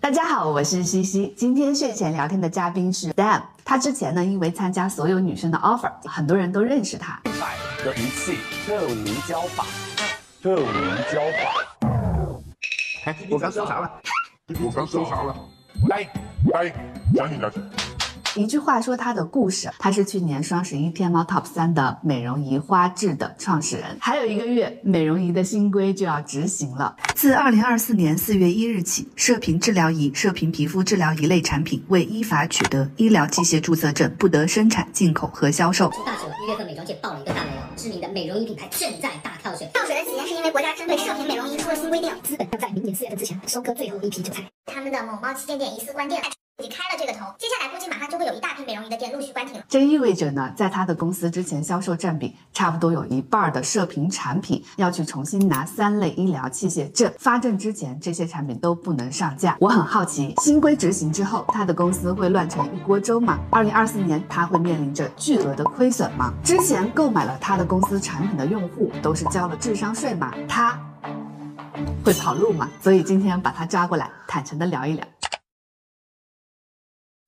大家好，我是西西。今天睡前聊天的嘉宾是 Dam，他之前呢因为参加所有女生的 offer，很多人都认识他。百的仪器特无教法，特无教法。哎，我刚说啥了？我刚说啥了？来，答应，赶紧的。一句话说他的故事，他是去年双十一天猫 Top 三的美容仪花质的创始人。还有一个月，美容仪的新规就要执行了。自二零二四年四月一日起，射频治疗仪、射频皮肤治疗仪类产品未依法取得医疗器械注册证，不得生产、进口和销售。大水，一月份美妆界爆了一个大雷啊！知名的美容仪品牌正在大跳水，跳水的起因是因为国家针对射频美容仪出了新规定，资本要在明年四月份之前收割最后一批韭菜。他们的某猫旗舰店疑似关店了，已经开了这个头，接下来估计马上就会有一大批美容仪的店陆续关停了。这意味着呢，在他的公司之前销售占比差不多有一半的射频产品要去重新拿三类医疗器械证，发证之前这些产品都不能上架。我很好奇，新规执行之后，他的公司会乱成一锅粥吗？二零二四年他会面临着巨额的亏损吗？之前购买了他的公司产品的用户都是交了智商税吗？他会跑路吗？所以今天把他抓过来，坦诚的聊一聊。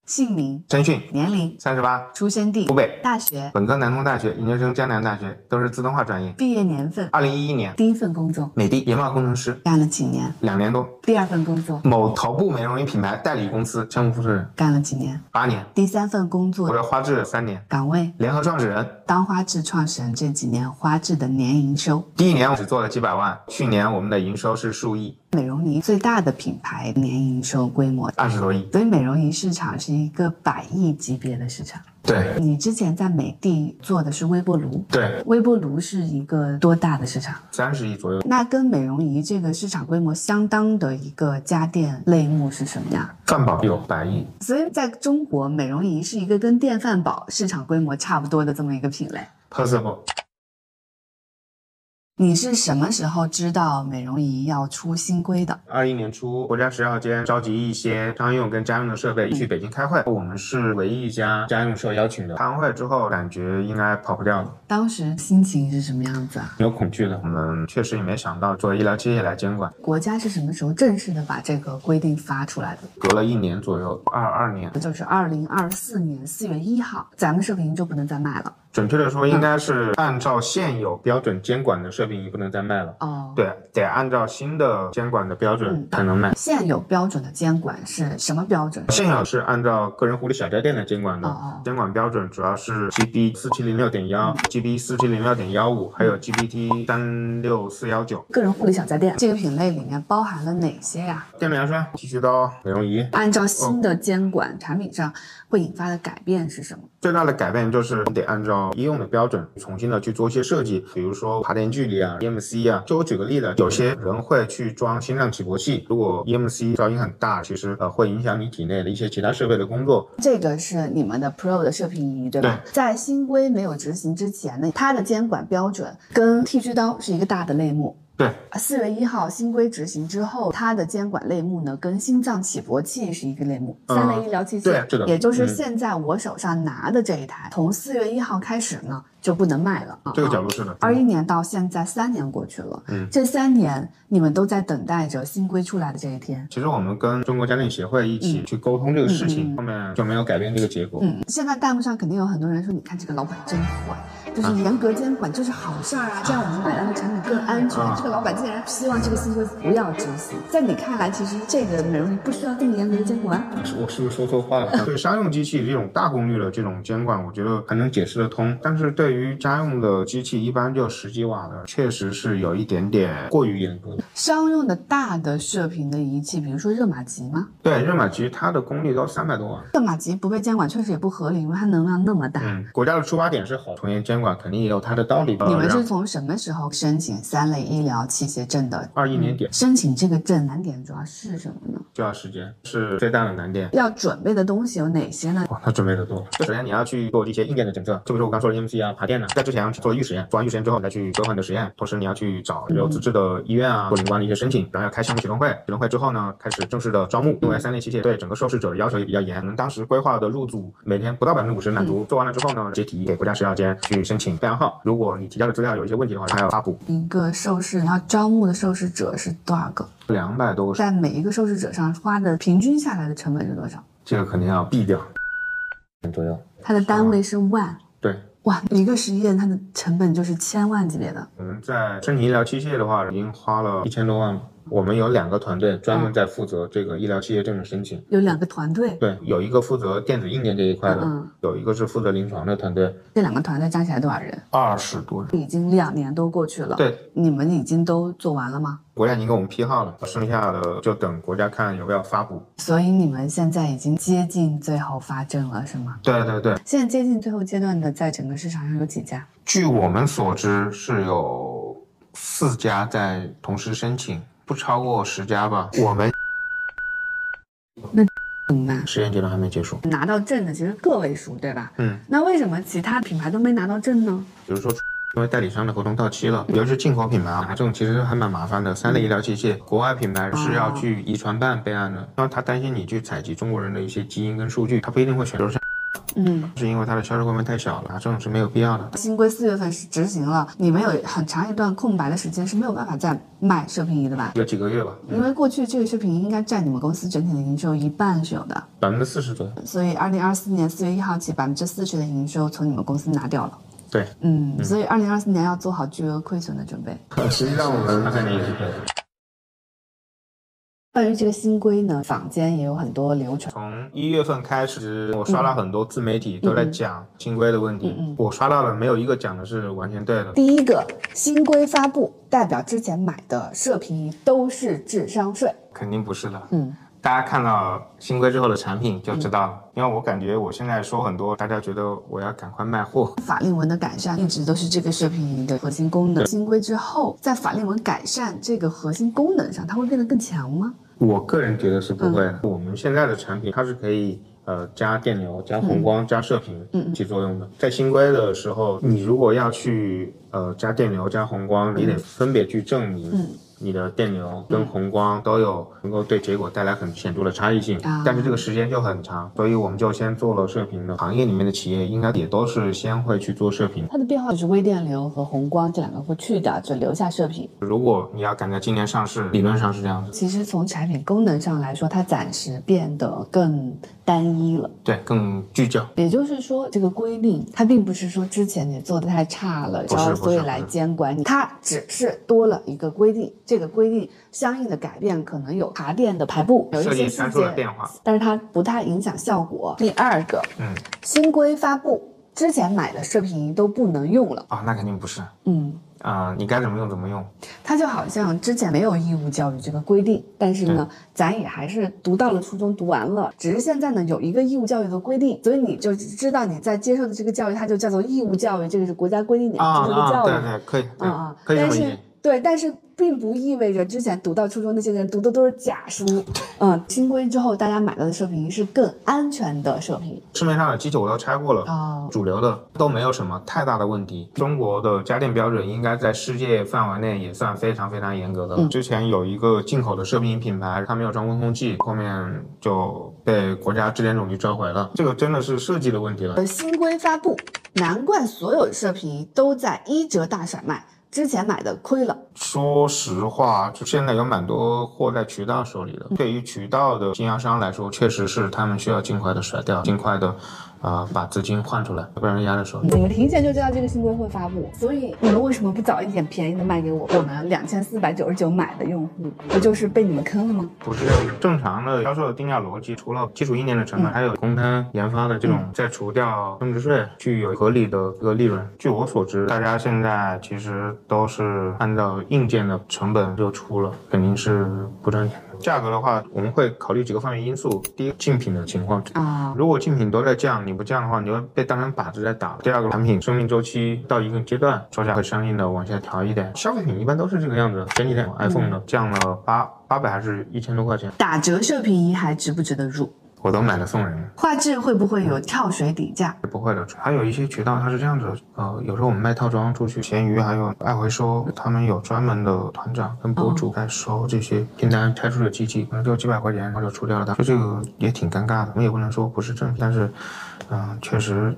姓名、陈迅，年龄、三十八，出生地湖北，大学本科南通大学，研究生江南大学，都是自动化专业。毕业年份，二零一一年，第一份工作美的研发工程师，干了几年，两年多；第二份工作某头部美容仪品牌代理公司常务负责人，干了几年，八年；第三份工我作这花质三年，岗位联合创始人。当花质创始人这几年花质的年营收，第一年我只做了几百万，去年我们的营收是数亿，美容仪最大的品牌年营收规模。二十多亿。所以美容仪市场是一个百亿级别的市场。对你之前在美的做的是微波炉，对，微波炉是一个多大的市场？三十亿左右。那跟美容仪这个市场规模相当的一个家电类目是什么呀？饭宝有百亿，所以在中国，美容仪是一个跟电饭煲市场规模差不多的这么一个品类。 possible。你是什么时候知道美容仪要出新规的？二一年初，国家食药监召集一些商用跟家用的设备嗯去北京开会，我们是唯一一家家用受邀请的。开完会之后，感觉应该跑不掉了，当时心情是什么样子啊？有恐惧的。我们确实也没想到做医疗器械来监管，国家是什么时候正式的把这个规定发出来的？隔了一年左右，二二年，就是二零二四年四月一号，咱们视频就不能再卖了。准确的说，应该是按照现有标准监管的设备仪不能再卖了。哦，，对，得按照新的监管的标准嗯才能卖。现有标准的监管是什么标准？现有是按照个人护理小家电来监管的，哦哦监管标准主要是 GB 四七零六点幺、GB 四七零六点幺五，还有 GPT 三六四幺九。个人护理小家电这个品类里面包含了哪些呀、电动牙刷、剃须刀、美容仪，按照新哦的监管，产品上会引发的改变是什么？最大的改变就是得按照医用的标准，重新的去做一些设计，比如说爬电距离啊、EMC 啊。就我举个例子，有些人会去装心脏起搏器，如果 EMC 噪音很大，其实呃会影响你体内的一些其他设备的工作。这个是你们的 Pro 的射频仪，对吧？在新规没有执行之前呢，它的监管标准跟剃须刀是一个大的类目。对，四月一号新规执行之后，它的监管类目呢跟心脏起搏器是一个类目，嗯三类医疗器械，对是的也就是嗯现在我手上拿的这一台，从四月一号开始呢就不能卖了啊。这个角度是的。二一年到现在三年过去了，嗯这三年你们都在等待着新规出来的这一天。其实我们跟中国家电协会一起去沟通这个事嗯嗯情，嗯后面就没有改变这个结果。嗯，现在弹幕上肯定有很多人说，你看这个老板真坏，啊就是严格监管就是好事儿啊，这样我们买到的产品更安全啊。这个老板竟然希望这个新规不要执行，E 在你看来，其实这个美容仪不需要这么严格的监管。是我是不是说错话 了？对商用机器这种大功率的这种监管，我觉得还能解释得通。但是对于家用的机器，一般就十几瓦的，确实是有一点点过于严格。商用的大的射频的仪器，比如说热玛吉吗？对，热玛吉它的功率都三百多瓦。热玛吉不被监管确实也不合理，因为它能量那么大。嗯，国家的出发点是好，从严监管肯定也有它的道理。你们是从什么时候申请三类医疗器械证的？二一年底申请这个证难点主要是什么呢？就要时间，是最大的难点。要准备的东西有哪些呢？哇，他准备的多。就首先你要去做一些硬件的检测，就比如说我刚说的 MC 啊、爬电呢，在之前要去做预实验，做完预实验之后你再去规范你的实验，同时你要去找有资质的医院啊，做相关的一些申请，然后要开项目启动会，启动会之后呢，开始正式的招募。因为三类器械对整个受试者要求也比较严，我们当时规划的入组每天不到百分之五十满足，做完了之后呢，直接提给国家食药监去申请备案号。如果你提交的资料有一些问题的话，还要发补一个受试，你要招募的受试者是多少个？两百多个在每一个受试者上花的平均下来的成本是多少？这个肯定要避掉，左右。它的单位是万。对，哇，一个实验它的成本就是千万级别的。我们在申请医疗器械的话，已经花了一千多万了。我们有两个团队专门在负责这个医疗器械证的申请。有两个团队，对，有一个负责电子硬件这一块的，嗯嗯有一个是负责临床的团队，这两个团队加起来多少人？二十多人。已经两年多过去了，，对，你们已经都做完了吗？国家已经给我们批号了，剩下的就等国家看有没有发布。所以你们现在已经接近最后发证了，是吗？对对对，现在接近最后阶段的，在整个市场上有几家？据我们所知是有四家在同时申请，不超过十家吧。我们怎么办？实验阶段还没结束。嗯拿到证的其实个位数，对吧？嗯，那为什么其他品牌都没拿到证呢？比如说，因为代理商的合同到期了，尤其是进口品牌啊，拿证其实还蛮麻烦的。三类医疗器械，国外品牌是要去遗传办备案的，因为他担心你去采集中国人的一些基因跟数据，他不一定会选择上，嗯，是因为它的销售规模太小了，拿证是没有必要的。新规四月份是执行了，你们有很长一段空白的时间是没有办法再卖射频仪的吧？有几个月吧，因为过去这个射频仪应该占你们公司整体的营收一半是有的，百分之四十左右。所以二零二四年四月一号起，百分之四十的营收从你们公司拿掉了。对，嗯，所以二零二四年要做好巨额亏损的准备。实际上我们在年关于这个新规呢，坊间也有很多流传。从一月份开始，我刷到很多自媒体都在讲新规的问题，嗯嗯嗯我刷到的没有一个讲的是完全对的。第一个，新规发布代表之前买的射频仪都是智商税。肯定不是的。嗯，大家看到新规之后的产品就知道了。因为我感觉我现在说很多，大家觉得我要赶快卖货。法令纹的改善一直都是这个射频仪的核心功能。新规之后，在法令纹改善这个核心功能上，它会变得更强吗？ 我个人觉得是不会的。嗯我们现在的产品它是可以。呃，加电流、加红光、加射频起作用的。在新规的时候，你如果要去呃加电流、加红光，你得分别去证明你的电流跟红光都有能够对结果带来很显著的差异性。啊但是这个时间就很长，所以我们就先做了射频的。行业里面的企业应该也都是先会去做射频。它的变化就是微电流和红光这两个会去掉，就留下射频。如果你要赶在今年上市，理论上是这样子，其实从产品功能上来说，它暂时变得更单一了。对，更聚焦。也就是说，这个规定它并不是说之前你做的太差了，不是然后不是所以来监管你，它只是多了一个规定。这个规定相应的改变可能有茶电的排布，有设一计些参细数的节，变化，但是它不太影响效果。第二个，嗯，新规发布之前买的射频仪都不能用了，啊、那肯定不是，嗯。啊、你该怎么用怎么用，它就好像之前没有义务教育这个规定，但是呢，咱也还是读到了初中，读完了，只是现在呢有一个义务教育的规定，所以你就知道你在接受的这个教育，它就叫做义务教育，这个是国家规定你要啊接受的啊，哦教育，对对，可以，对，啊啊，可以这但么理是解。对，但是并不意味着之前读到初中那些人读的都是假书，嗯，新规之后大家买到的射频仪是更安全的射频市面上的机器我都拆过了。哦主流的都没有什么太大的问题。中国的家电标准应该在世界范围内也算非常非常严格的了。嗯之前有一个进口的射频品牌，它没有装温控器，后面就被国家质检总局召回了。这个真的是设计的问题了。呃，新规发布，难怪所有射频仪都在一折大甩卖，之前买的亏了。说实话，就现在有蛮多货在渠道手里的。对于渠道的经销商来说，确实是他们需要尽快的甩掉，尽快的，啊、把资金换出来，不然压在手里。你们提前就知道这个新规会发布，所以你们为什么不早一点便宜的卖给我？我们两千四百九十九买的用户，不就是被你们坑了吗？不是正常的销售的定价逻辑，除了基础硬件的成本，还有公摊研发的这种，再除掉增值税，具有合理的一个利润。据我所知，大家现在其实都是按照硬件的成本就出了，肯定是不挣钱的。价格的话，我们会考虑几个方面因素：第一，竞品的情况，啊，如果竞品都在降，你不降的话，你会被当成靶子在打。第二个，产品生命周期到一个阶段，售价会相应的往下调一点。消费品一般都是这个样子。前几天 iPhone 的降了八八百还是一千多块钱，打折射频仪还值不值得入？我都买了送人。画质会不会有跳水底价？不会的，还有一些渠道它是这样子的，呃，有时候我们卖套装出去，闲鱼还有爱回收，他们有专门的团长跟博主在收这些订单拆出的机器，可能就几百块钱，然后就出掉了它，就这个也挺尴尬的，我们也不能说不是正，但是，嗯、确实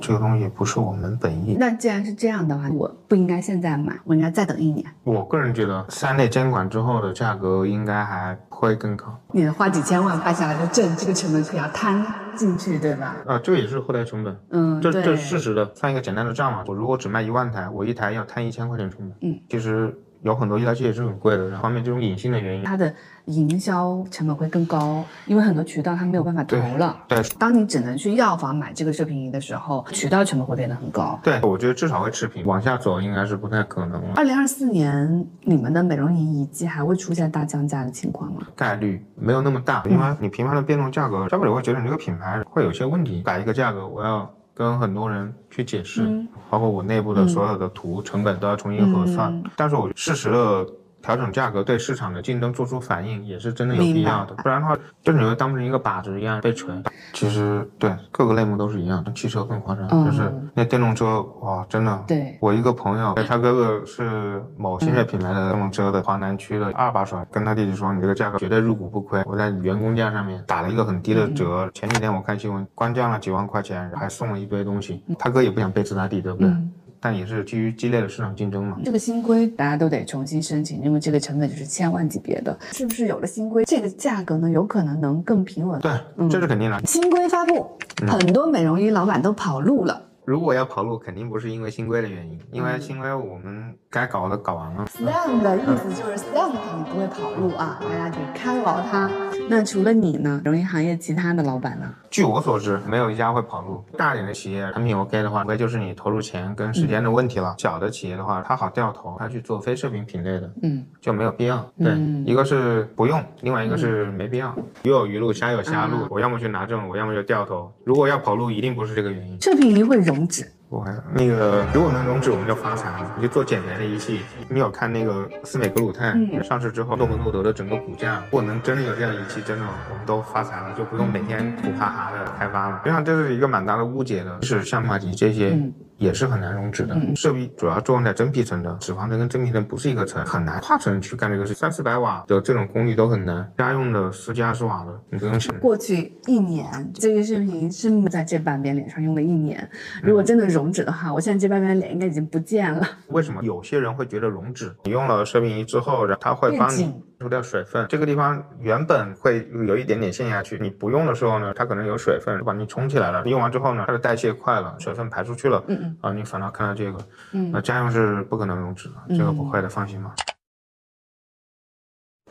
这个东西不是我们本意。那既然是这样的话，我不应该现在买，我应该再等一年。我个人觉得三类监管之后的价格应该还会更高。你花几千万办下来的证，这个成本可要摊进去，对吧？啊，这个也是后台成本，嗯，这对这事实的。算一个简单的账嘛，我如果只卖一万台，我一台要摊一千块钱成本。嗯，其实有很多易拉器也是很贵的，然后后面这种隐性的原因。它的营销成本会更高，因为很多渠道它没有办法投对了。对当你只能去药房买这个射频仪的时候，渠道成本会变得很高。对，我觉得至少会持平，往下走应该是不太可能了，二零二四年，你们的美容仪仪器还会出现大降价的情况吗？概率没有那么嗯大，因为你频繁的变动价格，消费者会觉得你这个品牌会有些问题，改一个价格，我要。跟很多人去解释，嗯包括我内部的所有的图、成本都要重新核算。嗯但是我适时的调整价格，对市场的竞争做出反应，也是真的有必要的明。白不然的话，就是你会当成一个靶子一样被锤。其实对各个类目都是一样的，汽车更夸张，嗯就是那电动车，哇，真的。对，我一个朋友，他哥哥是某新锐品牌的电动车的华南区的二把手，跟他弟弟说：“你这个价格绝对入股不亏。”我在员工价上面打了一个很低的折。前几天我看新闻，官降了几万块钱，还送了一堆东西。他哥也不想背刺他弟，对不对？嗯，但也是基于激烈的市场竞争嘛。这个新规大家都得重新申请，因为这个成本就是千万级别的，是不是有了新规，这个价格呢有可能能更平稳？对，这是肯定的。新规发布，很多美容仪老板都跑路了。如果要跑路，肯定不是因为新规的原因，因为新规我们该搞的搞完了。 Slam 的意思就是 Slam 肯定不会跑路啊，大家可以看牢它。那除了你呢，容易行业其他的老板呢？据我所知，没有一家会跑路。大一点的企业产品 OK 的话，无非就是你投入钱跟时间的问题了。小的企业的话，它好掉头，它去做非射频品类的嗯，就没有必要。对，嗯一个是不用，另外一个是没必要。鱼有鱼路，虾有虾路啊，我要么去拿证，我要么就掉头。如果要跑路，一定不是这个原因。射频仪会溶脂，我还那个，如果能容止，我们就发财了，你就做减肥的仪器。你有看那个斯美格鲁肽、嗯上市之后，诺门诺德的整个股价，如果能真的有这样的仪器，真的我们都发财了，就不用每天苦哈哈的开发了。实际上这是一个蛮大的误解的，就是像马吉这些。嗯也是很难溶脂的，嗯设备主要作用在真皮层的，脂肪层跟真皮层不是一个层，很难跨层去干这个事。三四百瓦的这种功率都很难，家用的十几二十瓦的，你不用想。过去一年，这个视频是在这半边脸上用了一年。如果真的溶脂的话，我现在这半边脸应该已经不见了。为什么有些人会觉得溶脂？你用了射频仪之后，然后它会帮变你紧除掉水分，这个地方原本会有一点点陷下去，你不用的时候呢，它可能有水分把你冲起来了。用完之后呢，它的代谢快了，水分排出去了，嗯嗯啊，你反倒看到这个，嗯那家用是不可能溶脂的，这个不嗯会的，放心吧。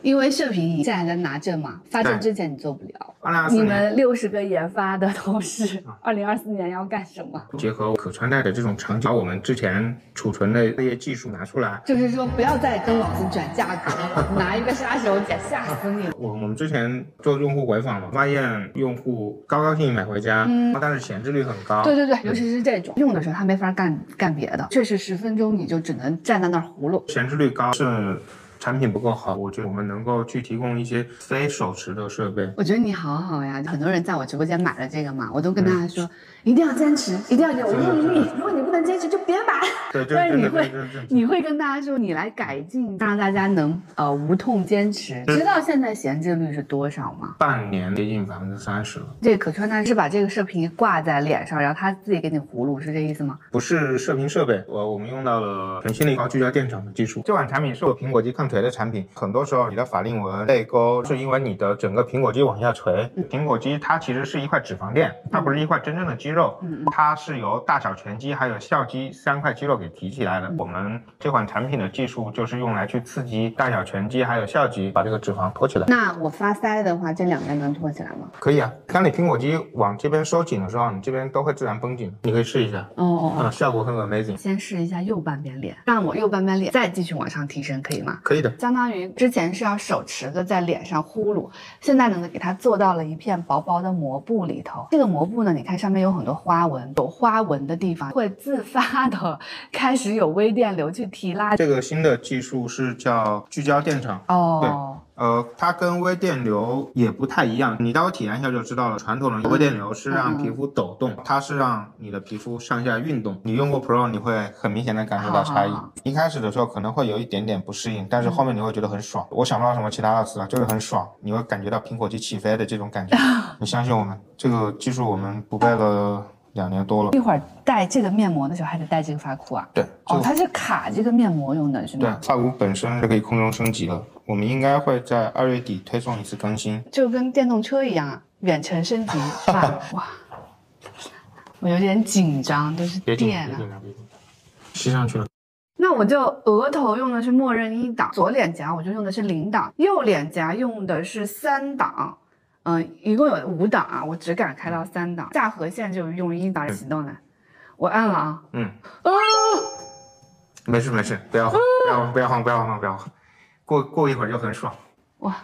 因为射频仪现在还在拿证嘛，发证对之前你做不了。二零二你四年。们六十个研发的同事，二零二四年要干什么？结合可穿戴的这种场景，把我们之前储存的那些技术拿出来。就是说，不要再跟老子转价格了，拿一个杀手锏吓死你！我我们之前做用户回访嘛，发现用户高高兴兴买回家，嗯但是闲置率很高。对对对，尤其是这种用的时候，他没法干干别的，确实十分钟你就只能站在那儿葫芦。闲置率高是产品不够好，我觉得我们能够去提供一些非手持的设备。我觉得你好好呀，很多人在我直播间买了这个嘛，我都跟大家说，一定要坚持，一定要有毅力。如果你不能坚持，就别买。对，这但是是真你的，会这是真的。你会跟大家说，你来改进，让大家能呃无痛坚持。知道现在闲置率是多少吗？半年接近百分之三十了，这可穿戴是把这个射频挂在脸上，然后他自己给你葫芦，是这意思吗？不是射频设备，我我们用到了全新的高聚焦电场的技术。这款产品是我苹果肌抗垂的产品，很多时候你的法令纹、泪沟是因为你的整个苹果肌往下垂。苹果肌它其实是一块脂肪垫，它不是一块真正的肌肉，它是由大小拳肌还有笑肌三块肌肉给提起来的。我们这款产品的技术就是用来去刺激大小拳肌还有笑肌，把这个脂肪托起来。那我发腮的话，这两边能托起来吗？可以啊，当你苹果肌往这边收紧的时候，你这边都会自然绷紧，你可以试一下，哦哦啊、效果很 amazing，先试一下右半边脸，让我右半边脸再继续往上提升，可以吗？可以的。相当于之前是要手持的在脸上呼噜，现在呢给它做到了一片薄薄的膜布里头。这个膜布呢，你看上面有很多花纹，有花纹的地方会自自发的开始有微电流去提拉。这个新的技术是叫聚焦电场，哦，呃，它跟微电流也不太一样，你待会体验一下就知道了。传统的微电流是让皮肤抖嗯动，它是让你的皮肤上下运动。你用过 Pro，你会很明显的感受到差异好好好。嗯一开始的时候可能会有一点点不适应，但是后面你会觉得很爽。我想不到什么其他的词啊，就是很爽，你会感觉到苹果肌起飞的这种感 觉。你相信我们，这个技术我们不备了两年多了。一会儿戴这个面膜的时候还得戴这个发箍啊？对，这哦个，它是卡这个面膜用的是对吗？，发箍本身就可以空中升级了。我们应该会在二月底推送一次更新。就跟电动车一样啊，远程升级 是吧？哇，我有点紧张，都是电啊。张，别紧张，吸上去了。那我就额头用的是默认一档，左脸颊我就用的是零档，右脸颊用的是三档。嗯，一共有五档啊，我只敢开到三档，下颌线就用一档来启动的。我按了啊，嗯，啊，没事没事，不要慌，不要慌，不要慌，不要慌，不要慌。过过一会儿就很爽。哇，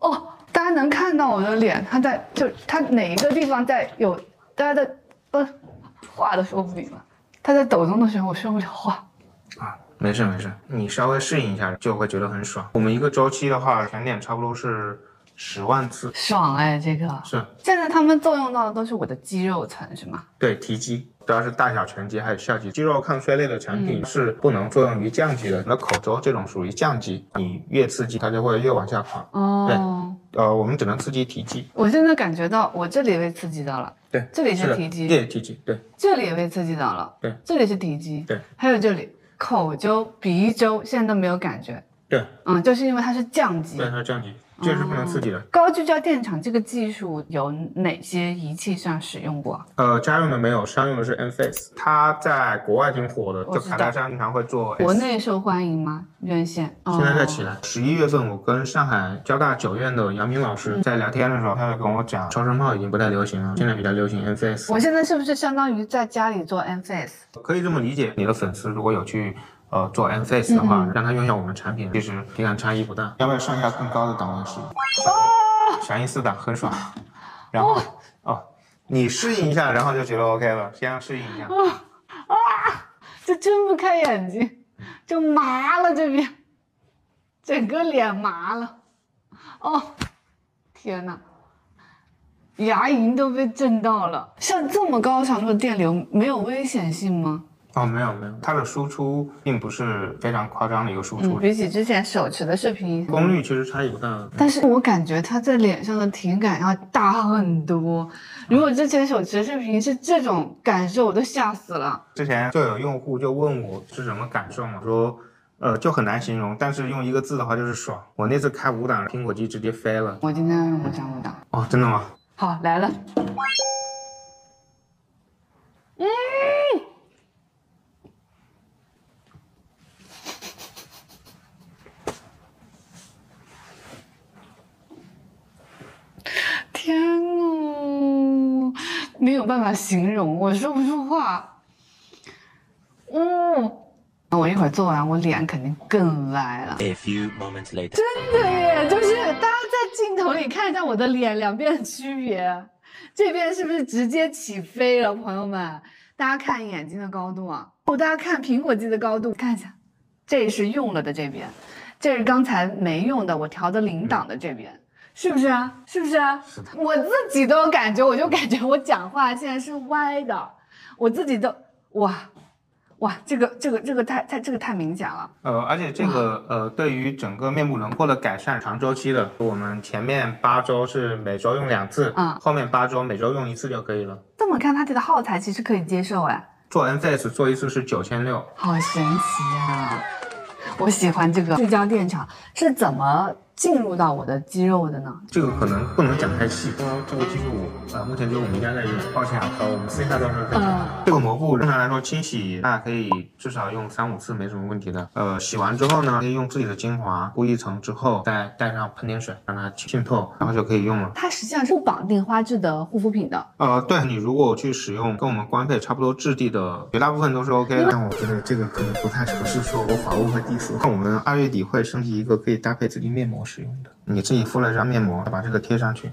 哦，大家能看到我的脸，它在就它哪一个地方在有，大家在呃，话都说不明白，它在抖动的时候我说不了话。啊，没事没事，你稍微适应一下就会觉得很爽。我们一个周期的话，全脸差不多是十万次，爽哎，这个是现在他们作用到的都是我的肌肉层是吗？对提肌。主要是大小拳肌还有下肌，肌肉抗衰类的产品是不能作用于降肌的。那口周这种属于降肌，你越刺激它就会越往下滑。哦，呃，我们只能刺激提肌。我现在感觉到我这里被刺激到了，对，这里是的提肌这也提肌，对，这里也被刺激到了，对，这里是提肌，对，还有这里口周、鼻周，现在都没有感觉，对，嗯，就是因为它是降级对，。它是降肌，这是不能刺激的。高聚焦电场这个技术有哪些仪器上使用过？呃，家用的没有，商用的是 Enface，它在国外挺火的，我就知卡道戴珊经常会做 S。国内受欢迎吗？院线现在在起哦来。十一月份，我跟上海交大九院的杨明老嗯师在聊天的时候，他就跟我讲，超声炮已经不太流行了，现在比较流行 Enface。我现在是不是相当于在家里做 M face？可以这么理解，你的粉丝如果有去呃做 Enface 的话，让他用一下我们产品，其实体感差异不大。要不要上一下更高的档位试？响应四档很爽。然后哦，你适应一下，然后就觉得 OK 了，先适应一下。就睁不开眼睛，就麻了这边，整个脸麻了。哦，天哪，牙龈都被震到了。像这么高强度的电流，没有危险性吗？哦，没有没有，它的输出并不是非常夸张的一个输嗯，出，比起之前手持的视频，功率其实差异不大。但是我感觉它在脸上的体感要大很多。如果之前手持视频是这种感受，我都吓死了。之前就有用户就问我是什么感受嘛，说呃就很难形容，但是用一个字的话就是爽。我那次开五档，苹果肌直接飞了。我今天用过张无党。哦，真的吗？好，来了。嗯，天哦，没有办法形容，我说不出话。嗯，我一会儿做完，我脸肯定更歪了。 A few moments later. 真的耶，就是大家在镜头里看一下我的脸两边的区别，这边是不是直接起飞了？朋友们，大家看眼睛的高度啊，哦，大家看苹果肌的高度，看一下，这是用了的这边，这是刚才没用的，我调的零档的这边。是不是啊？是不是啊？我自己都有感觉，我就感觉我讲话现在是歪的，我自己都哇哇，这个这个这个太太这个太明显了。呃，而且这个呃，对于整个面部轮廓的改善，长周期的，我们前面八周是每周用两次，嗯后面八周每周用一次就可以了。这么看，它这个耗材其实可以接受哎。做 N face 做一次是九千六，好神奇啊！我喜欢这个聚焦电场是怎么进入到我的肌肉的呢？这个可能不能讲太细，因为这个技术呃目前只有我们一家在用，抱歉啊，呃我们私下到时候再讲。这个膜布正常来说清洗大家可以至少用三五次没什么问题的，呃洗完之后呢，可以用自己的精华敷一层之后，再带上喷点水让它浸透，然后就可以用了。它实际上是不绑定花质的护肤品的。呃，对你如果去使用跟我们官配差不多质地的，绝大部分都是 OK 的。但我觉得这个可能不太合适，说我法务会 diss 我。那我们二月底会升级一个可以搭配自己面膜使用的，你自己敷了一张面膜，把这个贴上去，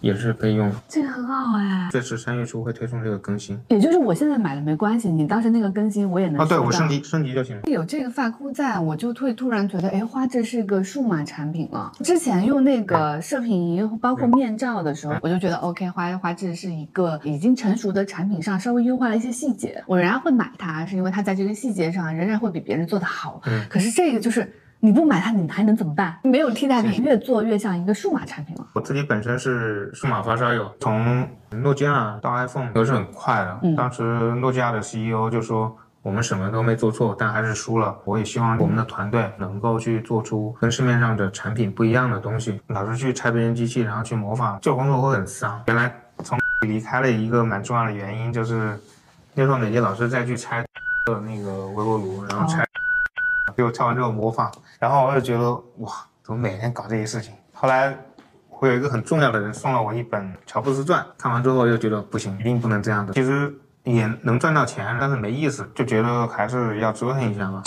也是可以用的。这个很好哎。这次三月初会推送这个更新也就是我现在买了没关系，你当时那个更新我也能啊，对收我到升级升级就行了。有这个发箍在，我就会突然觉得，哎，花这是个数码产品了。之前用那个射频仪，包括面罩的时候，我就觉得 OK，花花这是一个已经成熟的产品上稍微优化了一些细节，我仍然会买它，是因为它在这个细节上仍然会比别人做得好。嗯可是这个就是。你不买它，你还能怎么办？没有替代品，越做越像一个数码产品了。我自己本身是数码发烧友，从诺基亚到 iPhone 都是很快的。嗯当时诺基亚的 CEO 就说。我们什么都没做错，但还是输了。我也希望我们的团队能够去做出跟市面上的产品不一样的东西。老是去拆别人机器，然后去模仿，这种工作会很伤。原来从离开了一个蛮重要的原因，就是那时候美杰老师再去拆的那个微波炉，然后拆，给我拆完之后模仿，然后我就觉得哇，怎么每天搞这些事情？后来我有一个很重要的人送了我一本《乔布斯传》，看完之后又觉得不行，一定不能这样的。其实也能赚到钱，但是没意思，就觉得还是要折腾一下嘛。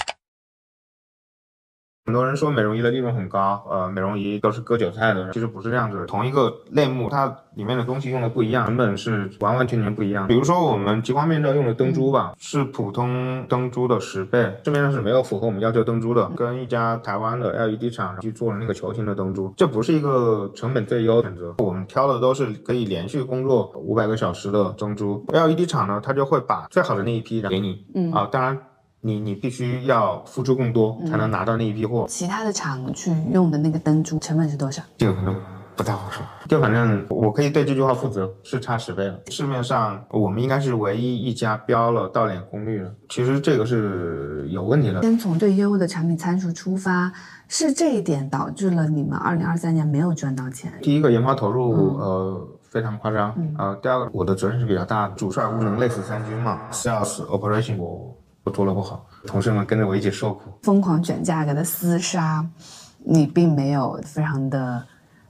很多人说美容仪的利润很高，呃，美容仪都是割韭菜的，其实不是这样子的。同一个类目，它里面的东西用的不一样，成本是完完全全不一样。比如说我们极光面罩用的灯珠吧，是普通灯珠的十倍，市面上是没有符合我们要求灯珠的。跟一家台湾的 LED 厂去做了那个球形的灯珠，这不是一个成本最优的选择。我们挑的都是可以连续工作五百个小时的灯珠，LED 厂呢，它就会把最好的那一批给你，嗯啊，当然。你你必须要付出更多，才能拿到那一批货。其他的厂去用的那个灯珠成本是多少？这个可能不太好说。就反正我可以对这句话负责，是差十倍了。市面上我们应该是唯一一家标了到脸功率的，其实这个是有问题的。先从最优的产品参数出发，是这一点导致了你们二零二三年没有赚到钱。第一个研发投入，嗯呃。非常夸张，嗯呃，第二个，我的责任是比较大的，主帅无能，累死三军嘛，sales operation 我我做的不好，同事们跟着我一起受苦，疯狂卷价格的厮杀，你并没有非常的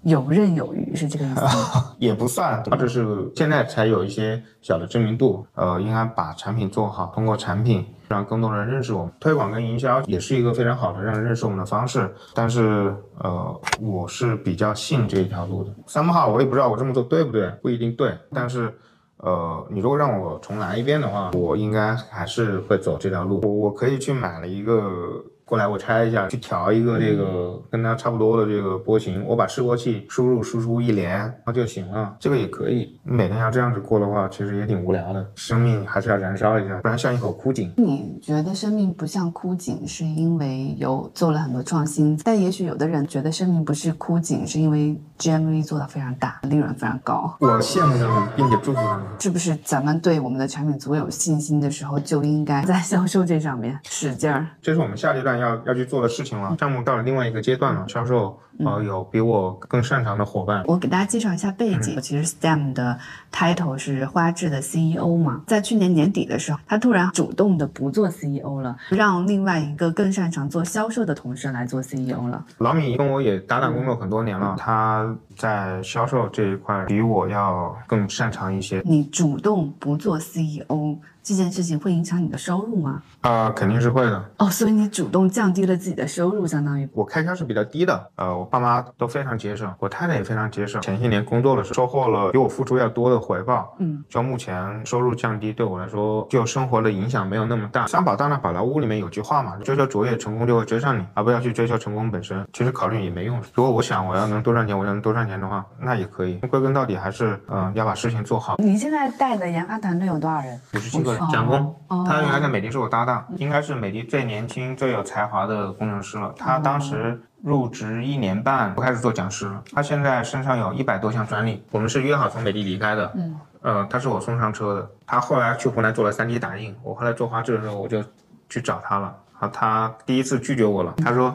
游刃有余，是这个意思吗？也不算，它就是现在才有一些小的知名度。呃，应该把产品做好，通过产品让更多人认识我们。推广跟营销也是一个非常好的让人认识我们的方式。但是，呃，我是比较信这一条路的。三号我也不知道我这么做对不对，不一定对。但是，呃，你如果让我重来一遍的话，我应该还是会走这条路。我我可以去买了一个。过来，我拆一下，去调一个这个跟它差不多的这个波形，我把示波器输入输出一连，那就行了。这个也可以。每天要这样子过的话，其实也挺无聊的。生命还是要燃烧一下，不然像一口枯井。你觉得生命不像枯井，是因为有做了很多创新，但也许有的人觉得生命不是枯井，是因为 GMV 做的非常大，利润非常高。我羡慕他们，并且祝福他们。是不是咱们对我们的产品足有信心的时候，就应该在销售这上面使劲儿？这是我们下阶段要要去做的事情了。项目到了另外一个阶段了，销售呃有比我更擅长的伙伴，我给大家介绍一下背景，其实 STEM 的 title 是花智的 CEO 嘛，在去年年底的时候，他突然主动的不做 CEO 了，让另外一个更擅长做销售的同事来做 CEO 了。老米跟我也搭档工作很多年了，他在销售这一块比我要更擅长一些。你主动不做 CEO 这件事情会影响你的收入吗？啊、肯定是会的。哦，所以你主动降低了自己的收入，相当于我开销是比较低的，呃，我爸妈都非常节省，我太太也非常节省。前些年工作的时候，收获了比我付出要多的回报。嗯，就目前收入降低对我来说，就生活的影响没有那么大。三宝大难宝莱坞里面有句话嘛，追求卓越，成功就会追上你，啊而不要去追求成功本身。其实考虑也没用。如果我想我要能多赚钱，我要能多赚钱的话，那也可以。归根到底还是，嗯、要把事情做好。你现在带的研发团队有多少人？五十七个人哦，蒋工哦，他原来在美的是我搭档，应该是美的最年轻、最有才华的工程师了。哦他当时入职一年半，我开始做讲师了。他现在身上有一百多项专利。我们是约好从美的离开的，嗯，呃，他是我送上车的。他后来去湖南做了 3D 打印，我后来做花质的时候，我就去找他了。好，他第一次拒绝我了，他说：“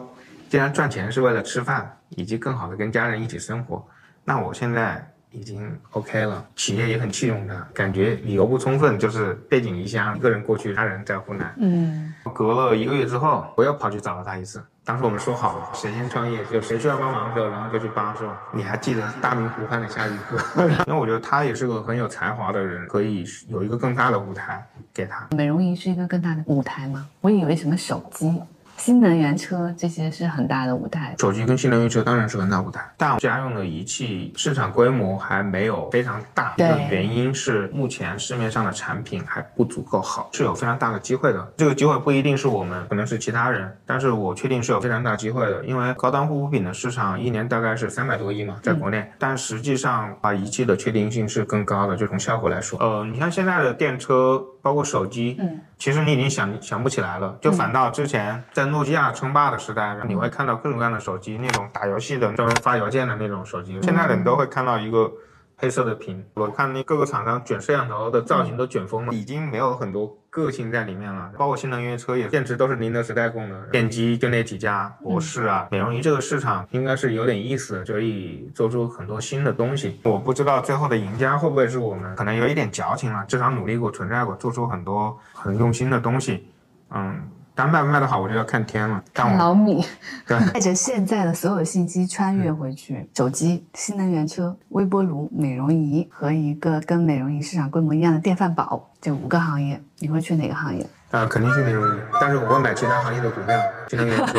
既然赚钱是为了吃饭，以及更好的跟家人一起生活，那我现在已经 OK 了，企业也很器重他，感觉理由不充分，就是背井离乡，一个人过去，家人在湖南。嗯，隔了一个月之后，我又跑去找了他一次。当时我们说好了，谁先创业就谁需要帮忙的时候，然后就去帮，是吧？你还记得大明湖畔的夏雨荷？ 因为我觉得他也是个很有才华的人，可以有一个更大的舞台给他。美容仪是一个更大的舞台吗？我以为什么手机新能源车这些是很大的舞台。手机跟新能源车当然是很大舞台，但家用的仪器市场规模还没有非常大。一对个原因是目前市面上的产品还不足够好，是有非常大的机会的。这个机会不一定是我们，可能是其他人，但是我确定是有非常大机会的，因为高端护肤品的市场一年大概是三百多亿嘛，在国内，但实际上啊，仪器的确定性是更高的，就从效果来说，呃，你像现在的电车，包括手机，嗯，其实你已经想想不起来了，就反倒之前在诺基亚称霸的时代，你会看到各种各样的手机，那种打游戏的、专门发邮件的那种手机，现在你都会看到一个黑色的屏。我看那各个厂商卷摄像头的造型都卷疯了，已经没有很多个性在里面了。包括新能源车也电池都是宁德时代供的，电机就那几家，博士啊、美容仪这个市场应该是有点意思，所以做出很多新的东西。我不知道最后的赢家会不会是我们，可能有一点矫情了，至少努力过、存在过，做出很多很用心的东西。嗯，但卖不卖得好，我就要看天了。但看我老米，对带着现在的所有信息穿越回去，手机、新能源车、微波炉、美容仪和一个跟美容仪市场规模一样的电饭煲，这五个行业，你会去哪个行业？啊、肯定是美容仪，但是我会买其他行业的股票，新能源车，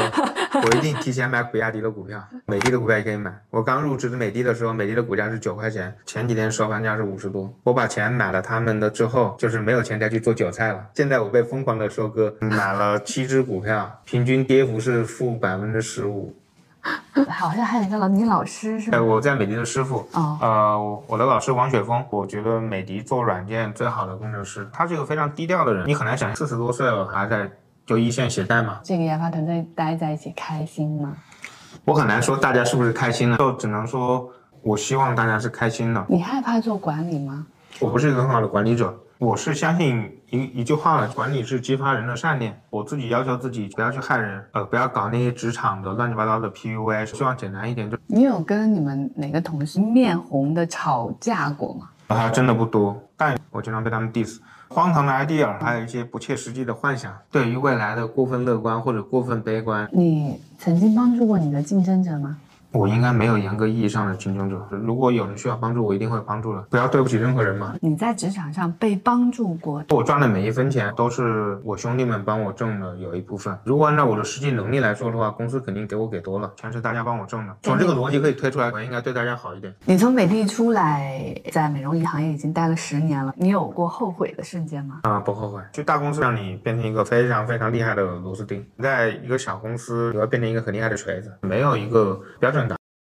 我一定提前买比亚迪的股票，美的的股票也可以买。我刚入职的美的的时候，美的的股价是九块钱，前几天收盘价是五十多。我把钱买了他们的之后，就是没有钱再去做韭菜了。现在我被疯狂的收割，买了七只股票，平均跌幅是负百分之十五。 好像还有一个老你老师 是哎，吧？我在美的的师傅，哦呃，我我的老师王雪峰，我觉得美的做软件最好的工程师，他是一个非常低调的人，你很难想四十多岁了还在就一线写代码。这个研发团队待在一起开心吗？我很难说大家是不是开心了，就只能说我希望大家是开心的。你害怕做管理吗？我不是一个很好的管理者，我是相信一一句话的，管理是激发人的善念。我自己要求自己不要去害人，呃，不要搞那些职场的乱七八糟的 PUA，希望简单一点就。你有跟你们哪个同事面红的吵架过吗？还啊真的不多，但我经常被他们 diss。荒唐的 idea，还有一些不切实际的幻想，对于未来的过分乐观或者过分悲观，你曾经帮助过你的竞争者吗？我应该没有严格意义上的竞争者。如果有人需要帮助，我一定会帮助的，不要对不起任何人嘛。你在职场上被帮助过，我赚的每一分钱都是我兄弟们帮我挣的，有一部分。如果按照我的实际能力来说的话，公司肯定给我给多了，全是大家帮我挣的。从这个逻辑可以推出来，我应该对大家好一点。你从美的出来，在美容仪行业已经待了十年了，你有过后悔的瞬间吗？啊、不后悔。去大公司让你变成一个非常非常厉害的螺丝钉，在一个小公司你会变成一个很厉害的锤子。没有一个标准